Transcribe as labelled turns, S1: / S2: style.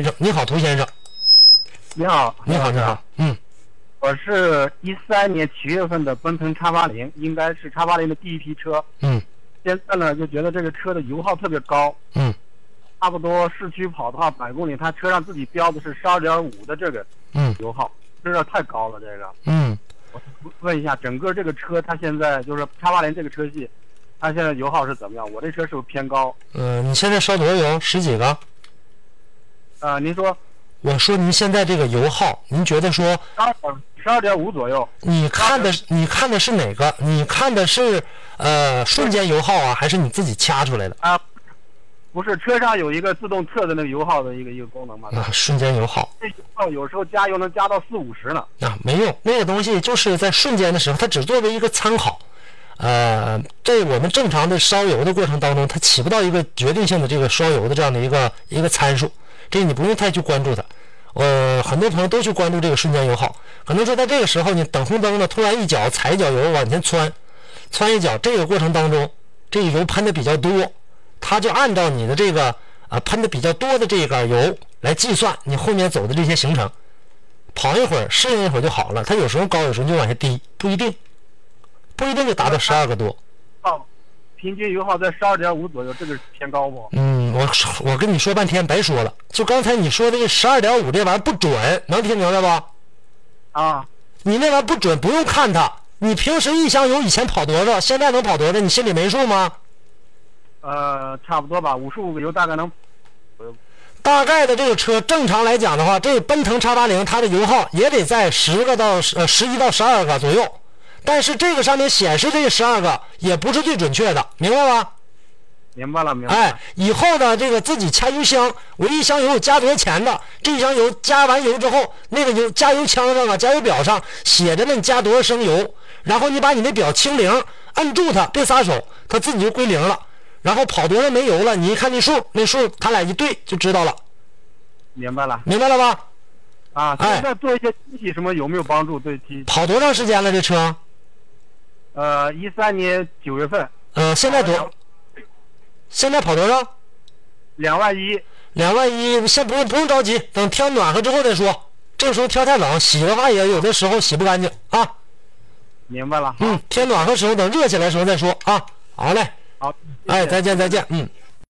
S1: 先生，你好，涂先生，
S2: 你好，
S1: 你好，你好，嗯，
S2: 我是一三年七月份的奔腾叉八零，应该是叉八零的第一批车。
S1: 嗯
S2: 现在呢，就觉得这个车的油耗特别高，
S1: 嗯
S2: 差不多市区跑的话，百公里它车上自己标的是十二点五的这个
S1: 嗯
S2: 油耗，有点太高了。这个，
S1: 嗯，
S2: 我问一下，整个这个车它现在就是叉八零这个车系，它现在油耗是怎么样？我这车是不是偏高？
S1: 呃，你现在烧多少油？十几个？
S2: 呃，您说
S1: 我说您现在这个油耗，您觉得说
S2: 十二十二点五左右，
S1: 你看的你看的是哪个？你看的是呃瞬间油耗啊，还是你自己掐出来的
S2: 啊，不是车上有一个自动测的那个油耗的一个一个功能嘛？
S1: 啊？瞬间油耗
S2: 这油耗有时候加油能加到四五十呢。
S1: 啊，没用，那个东西就是在瞬间的时候，它只作为一个参考。呃，对我们正常的烧油的过程当中，它起不到一个决定性的这个烧油的这样的一个一个参数，这你不用太去关注它。呃，很多朋友都去关注这个瞬间油耗，可能说在这个时候你等红灯了，突然一脚踩一脚油往前窜，窜一脚，这个过程当中，这个油喷的比较多，它就按照你的这个啊喷的比较多的这个油来计算你后面走的这些行程，跑一会儿适应一会儿就好了。它有时候高，有时候就往下低，不一定，不一定就达到十二个多。
S2: 耗，啊平均油耗在十二点五左右，这个偏高不？
S1: 嗯，我我跟你说半天白说了，就刚才你说的这十二点五这玩意儿不准，能听明白不？
S2: 啊，
S1: 你那玩意儿不准，不用看它。你平时一箱油以前跑多少，现在能跑多少，你心里没数吗？
S2: 呃，差不多吧，五十五个油大概能，
S1: 大概的这个车，正常来讲的话，这奔腾叉八零它的油耗也得在十个到呃十一到十二个左右，但是这个上面显示这十二个也不是最准确的，明白吗？
S2: 明白了，明白
S1: 哎
S2: 了。，
S1: 以后呢，这个自己掐油箱，我一箱油加多少钱的？这箱油加完油之后，那个油加油枪上啊，加油表上写着呢，你加多少升油，然后你把你那表清零，摁住它，别撒手，它自己就归零了。然后跑多少没油了，你一看那数，那数他俩一对就知道了，
S2: 明白了。
S1: 明白了吧？
S2: 啊，
S1: 哎
S2: 现在做一些机体什么有没有帮助？对机，
S1: 跑多长时间了这车？
S2: 呃，一三年九月份，
S1: 呃，现在多，现在跑多少？
S2: 两万一，
S1: 两万一，先不用不用着急，等天暖和之后再说。这时候天太冷，洗的话也有的时候洗不干净啊。
S2: 明白了。
S1: 嗯嗯，天暖和时候等热起来的时候再说啊。好嘞，
S2: 好，谢谢
S1: 哎，再见再见，嗯。